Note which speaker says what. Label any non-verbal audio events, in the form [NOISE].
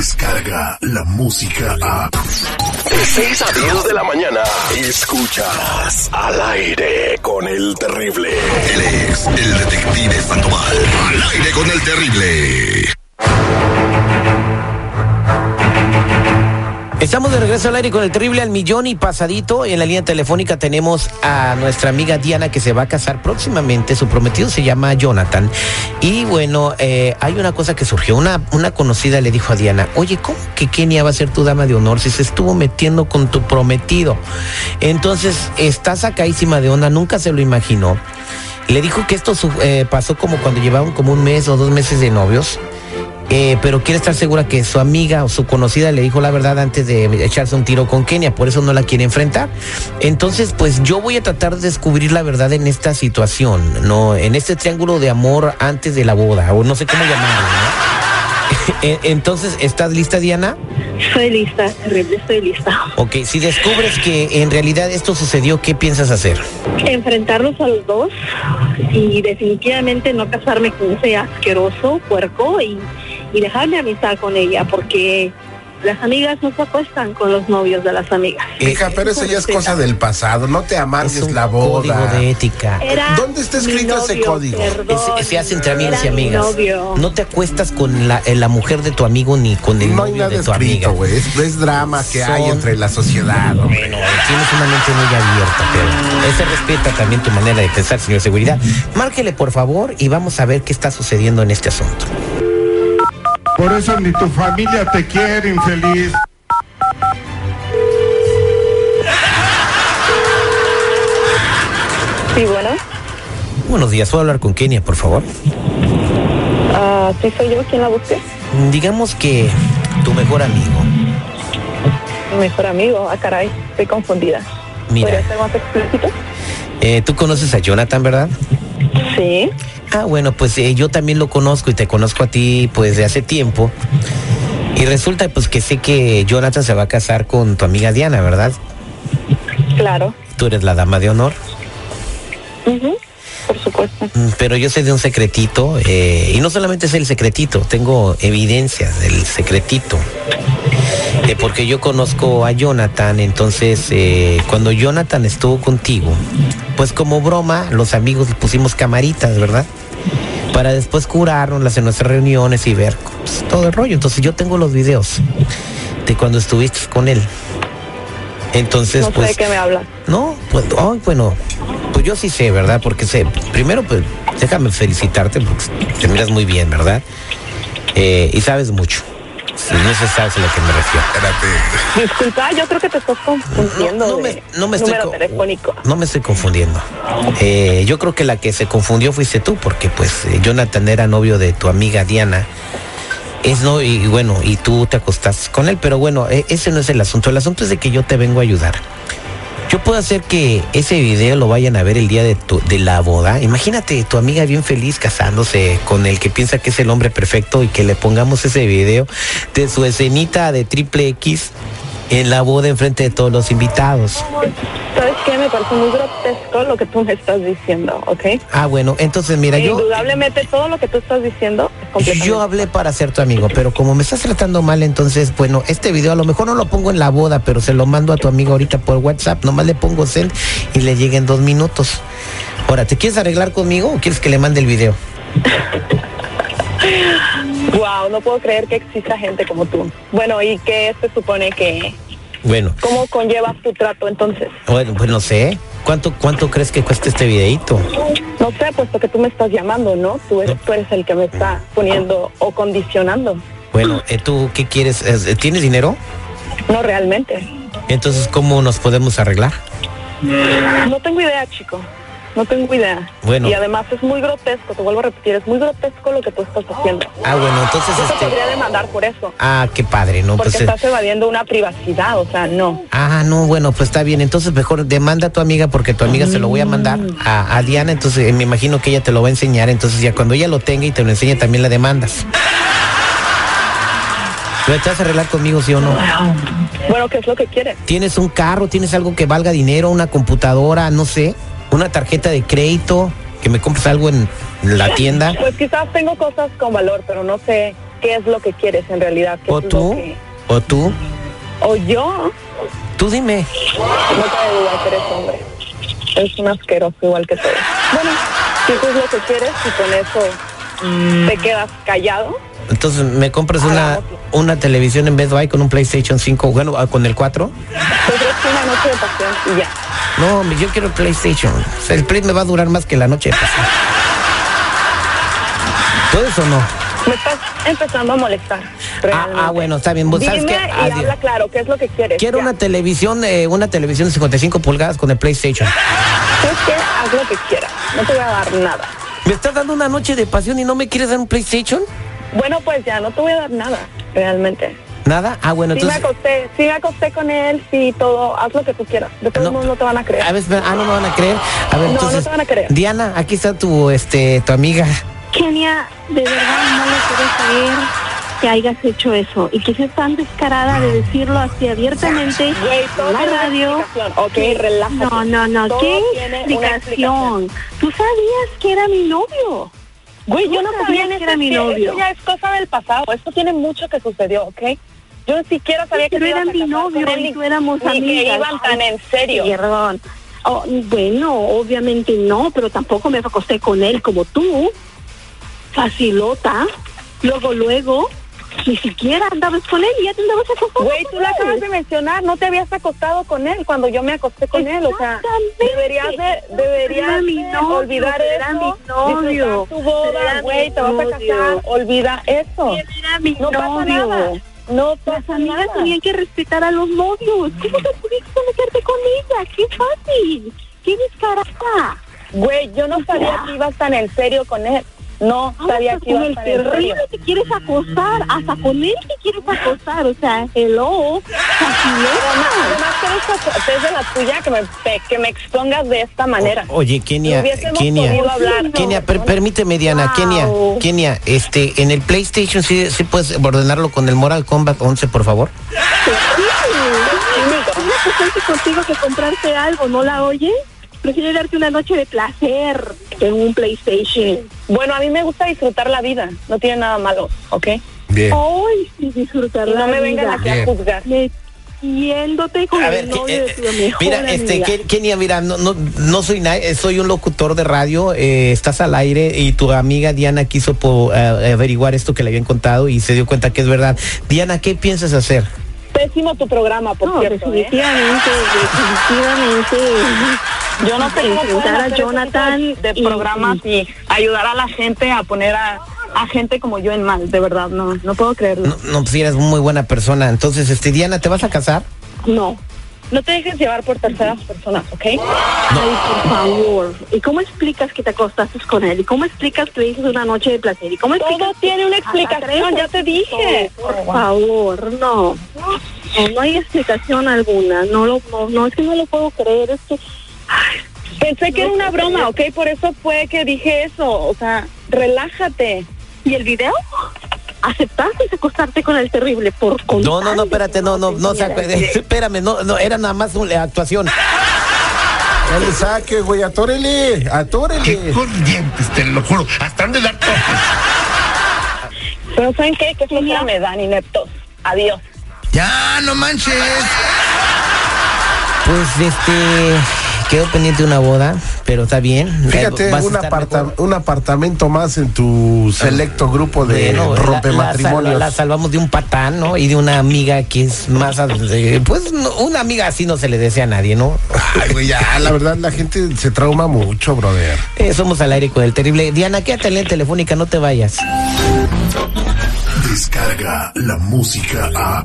Speaker 1: Escucha la música a.
Speaker 2: De 6 a 10 de la mañana. Escuchas al aire con el terrible.
Speaker 3: Él es el detective Sandoval. Al aire con el terrible.
Speaker 4: Estamos de regreso al aire con el terrible al millón y pasadito. En la línea telefónica tenemos a nuestra amiga Diana que se va a casar próximamente. Su prometido se llama Jonathan. Y bueno, eh, hay una cosa que surgió. Una, una conocida le dijo a Diana, oye, ¿cómo que Kenia va a ser tu dama de honor si se estuvo metiendo con tu prometido? Entonces, está sacadísima de onda, nunca se lo imaginó. Le dijo que esto su- eh, pasó como cuando llevaban como un mes o dos meses de novios. Eh, pero quiere estar segura que su amiga o su conocida le dijo la verdad antes de echarse un tiro con Kenia, por eso no la quiere enfrentar. Entonces, pues yo voy a tratar de descubrir la verdad en esta situación, ¿no? En este triángulo de amor antes de la boda, o no sé cómo llamarlo, ¿no? [LAUGHS] E- Entonces, ¿estás lista, Diana?
Speaker 5: Estoy lista, terrible, estoy lista.
Speaker 4: Ok, si descubres que en realidad esto sucedió, ¿qué piensas hacer?
Speaker 5: Enfrentarlos a los dos y definitivamente no casarme con ese asqueroso puerco y, y dejar mi amistad con ella porque las amigas no se acuestan con los novios de las amigas.
Speaker 4: Eh,
Speaker 6: Hija, pero eso ya es cosa del pasado. No te
Speaker 4: es
Speaker 6: amargues
Speaker 4: un
Speaker 6: la boda.
Speaker 4: código de ética.
Speaker 5: Era
Speaker 6: ¿Dónde está
Speaker 5: mi
Speaker 6: escrito ese
Speaker 5: novio,
Speaker 6: código?
Speaker 5: perdón,
Speaker 4: Es- se hace entre amigos y
Speaker 5: era mi
Speaker 4: amigas.
Speaker 5: novio.
Speaker 4: No te acuestas con la, eh, la mujer de tu amigo ni con el
Speaker 6: No hay
Speaker 4: novio
Speaker 6: nada
Speaker 4: de tu
Speaker 6: escrito,
Speaker 4: amiga.
Speaker 6: güey. Es, es drama que hay
Speaker 4: Son-
Speaker 6: entre la sociedad, hombre.
Speaker 4: Bueno, tienes una mente muy abierta, Pedro. Ese respeta también tu manera de pensar, señor seguridad. Márquele, por favor, y vamos a ver qué está sucediendo en este asunto.
Speaker 7: Por eso ni tu familia te quiere, infeliz.
Speaker 5: Sí, bueno,
Speaker 4: Buenos días, ¿puedo hablar con Kenia, por favor?
Speaker 5: ah, sí soy yo quien la busqué.
Speaker 4: Digamos que tu mejor amigo.
Speaker 5: Mi mejor amigo. Ah, caray, estoy confundida.
Speaker 4: Mira.
Speaker 5: ¿Podría ser más explícito?
Speaker 4: Eh, Tú conoces a Jonathan, ¿verdad?
Speaker 5: Sí.
Speaker 4: Ah, bueno, pues eh, yo también lo conozco y te conozco a ti pues de hace tiempo. Y resulta pues que sé que Jonathan se va a casar con tu amiga Diana, ¿verdad?
Speaker 5: Claro.
Speaker 4: Tú eres la dama de honor.
Speaker 5: Ujú, Por supuesto.
Speaker 4: Mm, Pero yo sé de un secretito, eh, y no solamente es el secretito, tengo evidencias del secretito. Eh, porque yo conozco a Jonathan, entonces eh, cuando Jonathan estuvo contigo, pues como broma, los amigos le pusimos camaritas, ¿verdad? Para después curárnoslas en nuestras reuniones y ver pues, todo el rollo. Entonces yo tengo los videos de cuando estuviste con él. Entonces,
Speaker 5: No sé
Speaker 4: pues...
Speaker 5: de qué me hablas.
Speaker 4: No, pues, ay, bueno, pues yo sí sé, ¿verdad? Porque sé, primero, pues, déjame felicitarte, porque te miras muy bien, ¿verdad? Eh, y sabes mucho. Si no se sabes a lo que me refiero.
Speaker 3: Espérate.
Speaker 5: Disculpa, yo creo que te estás confundiendo.
Speaker 4: No, no
Speaker 5: de
Speaker 4: me, no me estoy
Speaker 5: número
Speaker 4: co-
Speaker 5: telefónico.
Speaker 4: no me estoy confundiendo. Eh, yo creo que la que se confundió fuiste tú, porque pues eh, Jonathan era novio de tu amiga Diana. Es no, y bueno, y tú te acostaste con él, pero bueno, e- ese no es el asunto. El asunto es de que yo te vengo a ayudar. Yo puedo hacer que ese video lo vayan a ver el día de, tu- de la boda. Imagínate tu amiga bien feliz casándose con el que piensa que es el hombre perfecto y que le pongamos ese video de su escenita de triple X en la boda enfrente de todos los invitados.
Speaker 5: ¿Sabes qué? Me parece muy grotesco lo que tú me estás diciendo, ¿ok?
Speaker 4: Ah, bueno, entonces mira,
Speaker 5: E
Speaker 4: yo,
Speaker 5: Indudablemente todo lo que tú estás diciendo es completamente...
Speaker 4: yo hablé para ser tu amigo, pero como me estás tratando mal, entonces, bueno, este video a lo mejor no lo pongo en la boda, pero se lo mando a tu amigo ahorita por WhatsApp, nomás le pongo send y le llega en dos minutos. Ahora, ¿te quieres arreglar conmigo o quieres que le mande el video?
Speaker 5: Wow, no puedo creer que exista gente como tú. Bueno, ¿y qué se supone que...
Speaker 4: Bueno,
Speaker 5: ¿Cómo conllevas tu trato entonces?
Speaker 4: bueno, pues no sé. ¿Cuánto, cuánto crees que cuesta este videito?
Speaker 5: No sé, puesto que tú me estás llamando, ¿no? Tú eres, tú eres el que me está poniendo o condicionando.
Speaker 4: Bueno, eh, ¿tú qué quieres? Eh, ¿Tienes dinero?
Speaker 5: No realmente.
Speaker 4: Entonces, ¿cómo nos podemos arreglar?
Speaker 5: No tengo idea, chico. No tengo idea.
Speaker 4: Bueno.
Speaker 5: Y además es muy grotesco, te vuelvo a repetir, es muy grotesco lo que tú estás haciendo.
Speaker 4: Ah, bueno, entonces
Speaker 5: Yo te
Speaker 4: este...
Speaker 5: podría demandar por eso,
Speaker 4: Ah, qué padre, ¿no?
Speaker 5: porque
Speaker 4: Pues, eh,
Speaker 5: estás evadiendo una privacidad, o sea, no.
Speaker 4: Ah, no, bueno, pues está bien. Entonces mejor demanda a tu amiga porque tu amiga se lo voy a mandar a, a Diana. Entonces eh, me imagino que ella te lo va a enseñar. Entonces ya cuando ella lo tenga y te lo enseñe también la demandas. ¿Pero te vas a arreglar conmigo, sí o no?
Speaker 5: Bueno, ¿qué es lo que quieres?
Speaker 4: ¿Tienes un carro? ¿Tienes algo que valga dinero? ¿Una computadora? No sé. ¿Una tarjeta de crédito? ¿Que me compres algo en la tienda?
Speaker 5: Pues quizás tengo cosas con valor, pero no sé qué es lo que quieres en realidad. qué
Speaker 4: ¿O
Speaker 5: es lo
Speaker 4: tú?
Speaker 5: que-
Speaker 4: ¿O tú?
Speaker 5: O yo,
Speaker 4: Tú dime.
Speaker 5: no cabe duda que eres hombre. Es un asqueroso igual que todo. Bueno, si eso es lo que quieres y con eso te quedas callado,
Speaker 4: Entonces, ¿me compras una,
Speaker 5: Hagamos.
Speaker 4: una televisión en Best Buy con un PlayStation 5? Bueno, ah, con el 4.
Speaker 5: te ofrezco una noche de pasión y ya.
Speaker 4: No, hombre, yo quiero el PlayStation. O sea, el Play me va a durar más que la noche. ¿Puedes o no?
Speaker 5: Me estás empezando a molestar. realmente.
Speaker 4: ah, bueno, está bien, vos
Speaker 5: Dime
Speaker 4: sabes que-
Speaker 5: y
Speaker 4: adiós.
Speaker 5: habla claro, ¿qué es lo que quieres?
Speaker 4: Quiero
Speaker 5: Ya.
Speaker 4: una televisión, eh, una televisión de 55 pulgadas con el PlayStation.
Speaker 5: ¿Sabes qué? Haz lo que quieras. No te voy a dar nada.
Speaker 4: ¿Me estás dando una noche de pasión y no me quieres dar un PlayStation?
Speaker 5: Bueno, pues ya, no te voy a dar nada, realmente.
Speaker 4: ¿Nada? Ah, bueno,
Speaker 5: Sí me
Speaker 4: entonces...
Speaker 5: acosté, sí me acosté con él, sí, todo, haz lo que tú quieras. De todos
Speaker 4: No.
Speaker 5: modos no te van a creer.
Speaker 4: A ver, espera, ah, no me van a creer. A ver,
Speaker 5: No, no
Speaker 4: entonces,
Speaker 5: te van a creer.
Speaker 4: Diana, aquí está tu, este, tu amiga.
Speaker 8: Kenia, de verdad no lo quiero saber que hayas hecho eso y que seas tan descarada de decirlo así abiertamente
Speaker 5: Güey, todo
Speaker 8: en la
Speaker 5: tiene una
Speaker 8: radio.
Speaker 5: explicación. Ok, relájate.
Speaker 8: No, no, no,
Speaker 5: Todo
Speaker 8: ¿qué
Speaker 5: tiene una
Speaker 8: explicación?
Speaker 5: explicación.
Speaker 8: Tú sabías que era mi novio.
Speaker 5: Güey, yo
Speaker 8: no
Speaker 5: no
Speaker 8: sabía
Speaker 5: sabía en
Speaker 8: que
Speaker 5: ese-
Speaker 8: era mi
Speaker 5: sí,
Speaker 8: novio.
Speaker 5: Eso ya es cosa del pasado. Esto tiene mucho que sucedió, ¿ok? Yo ni siquiera sabía que
Speaker 8: Pero
Speaker 5: te ibas
Speaker 8: era
Speaker 5: a
Speaker 8: mi
Speaker 5: casar
Speaker 8: novio
Speaker 5: con él,
Speaker 8: y
Speaker 5: ni-
Speaker 8: tú éramos
Speaker 5: ni
Speaker 8: amigas.
Speaker 5: que iban tan
Speaker 8: Ay,
Speaker 5: en serio.
Speaker 8: Perdón. Oh, bueno, obviamente no, pero tampoco me acosté con él como tú. Facilota. Luego, luego, ni siquiera andabas con él y ya te andabas acostando
Speaker 5: Güey,
Speaker 8: con
Speaker 5: tú lo
Speaker 8: él.
Speaker 5: acabas de mencionar, no te habías acostado con él cuando yo me acosté con él, o sea,
Speaker 8: Exactamente.
Speaker 5: deberías de,
Speaker 8: Era
Speaker 5: deberías
Speaker 8: mi
Speaker 5: de
Speaker 8: novio,
Speaker 5: olvidar
Speaker 8: era
Speaker 5: eso,
Speaker 8: mi novio,
Speaker 5: disfrutar tu boda,
Speaker 8: era
Speaker 5: güey,
Speaker 8: mi
Speaker 5: te vas a
Speaker 8: novio.
Speaker 5: casar, olvida eso,
Speaker 8: Él era mi
Speaker 5: no pasa
Speaker 8: novio.
Speaker 5: nada, no
Speaker 8: Las
Speaker 5: pasa
Speaker 8: amigas
Speaker 5: nada.
Speaker 8: tenían que respetar a los novios. ¿Cómo te pudiste meterte con ella? ¡Qué fácil! ¡Qué descarada!
Speaker 5: Güey, yo no sabía que ibas tan en serio con él, no sabía
Speaker 8: Ahora
Speaker 5: que
Speaker 8: con
Speaker 5: ibas
Speaker 8: el
Speaker 5: tan en serio.
Speaker 8: terrible te quieres acostar, hasta con él te quieres acostar, o sea, hello, facilota.
Speaker 5: Además, que eres esa- eres de la tuya que me, pe- que me expongas de esta manera.
Speaker 4: O- oye, Kenia,
Speaker 5: Lo hubiésemos
Speaker 4: Kenia.
Speaker 5: podido hablar.
Speaker 4: Kenia, per- permíteme, Diana, Kenia,
Speaker 8: Wow.
Speaker 4: Kenia, este, en el PlayStation sí, sí puedes ordenarlo con el Moral Kombat 11, por favor.
Speaker 8: Es una cuestión que contigo que comprarte algo, ¿no la oyes? Prefiero darte una noche de placer en un PlayStation.
Speaker 5: Bueno, a mí me gusta disfrutar la vida, no tiene nada malo, ¿ok?
Speaker 6: Bien.
Speaker 8: Hoy sí disfrutar
Speaker 5: Y
Speaker 8: la
Speaker 5: no me vengan
Speaker 8: vida.
Speaker 5: aquí a
Speaker 6: Bien.
Speaker 5: juzgar.
Speaker 8: Metiéndote con
Speaker 4: A
Speaker 8: el
Speaker 4: ver,
Speaker 8: novio
Speaker 4: eh,
Speaker 8: de tu mejor
Speaker 4: mira, este,
Speaker 8: amiga.
Speaker 4: Ke- Kenia, mira, no, no, no soy nadie, eh, soy un locutor de radio, eh, estás al aire y tu amiga Diana quiso po- eh, averiguar esto que le habían contado y se dio cuenta que es verdad. Diana, ¿qué piensas hacer?
Speaker 5: Pésimo tu programa, por
Speaker 8: no,
Speaker 5: cierto. ¿eh?
Speaker 8: definitivamente, definitivamente.
Speaker 5: Yo no sé cómo pueden
Speaker 8: Presentar a
Speaker 5: hacer ese
Speaker 8: Jonathan
Speaker 5: tipo de, de
Speaker 8: y-
Speaker 5: programas y, ayudar a la gente a poner a, a gente como yo en mal, de verdad, no, no puedo creerlo.
Speaker 4: No, no, si eres muy buena persona. Entonces, este, Diana, ¿te vas a casar?
Speaker 8: No.
Speaker 5: No te dejes llevar por terceras personas, ¿ok?
Speaker 8: Ay, por favor. ¿Y cómo explicas que te acostaste con él? ¿Y cómo explicas que le dices una noche de placer? ¿Y cómo explicas
Speaker 5: Todo
Speaker 8: que-
Speaker 5: tiene una
Speaker 8: Hasta tres
Speaker 5: explicación, ya te dije.
Speaker 8: Por favor, no. no. No hay explicación alguna. No lo, no, no, es que no lo puedo creer. Es que
Speaker 5: Pensé que era una broma, ¿ok? Por eso fue que dije eso, o sea, relájate.
Speaker 8: ¿Y el video? Aceptaste acostarte con el terrible por
Speaker 4: No, no, no,
Speaker 8: contarle que
Speaker 4: espérate, no, no, no,
Speaker 8: te
Speaker 4: se
Speaker 8: quieras.
Speaker 4: acu- [LAUGHS] espérame, no, no, era nada más una actuación.
Speaker 6: Ya le saque, güey, atórele,
Speaker 1: ¡Qué
Speaker 6: atórele.
Speaker 1: con dientes, te lo juro! ¡Hasta han de dar toques.
Speaker 5: Pero ¿saben qué? Que flojera me dan, ineptos. Adiós.
Speaker 1: ¡Ya, no manches!
Speaker 4: Pues, este, quedó pendiente una boda, pero está bien. Eh,
Speaker 6: Fíjate,
Speaker 4: Vas a
Speaker 6: un,
Speaker 4: estar
Speaker 6: aparta-
Speaker 4: mejor.
Speaker 6: un apartamento más en tu selecto grupo de
Speaker 4: Bueno, la- La,
Speaker 6: rompematrimonio.
Speaker 4: la salvamos de un patán, ¿no? Y de una amiga que es más. eh, Pues no, una amiga así no se le desea a nadie, ¿no?
Speaker 6: Ay, güey, ya, la verdad, la gente se trauma mucho, brother.
Speaker 4: Eh, somos al aire con el terrible. Diana, quédate en la telefónica, no te vayas.
Speaker 1: Descarga la música a...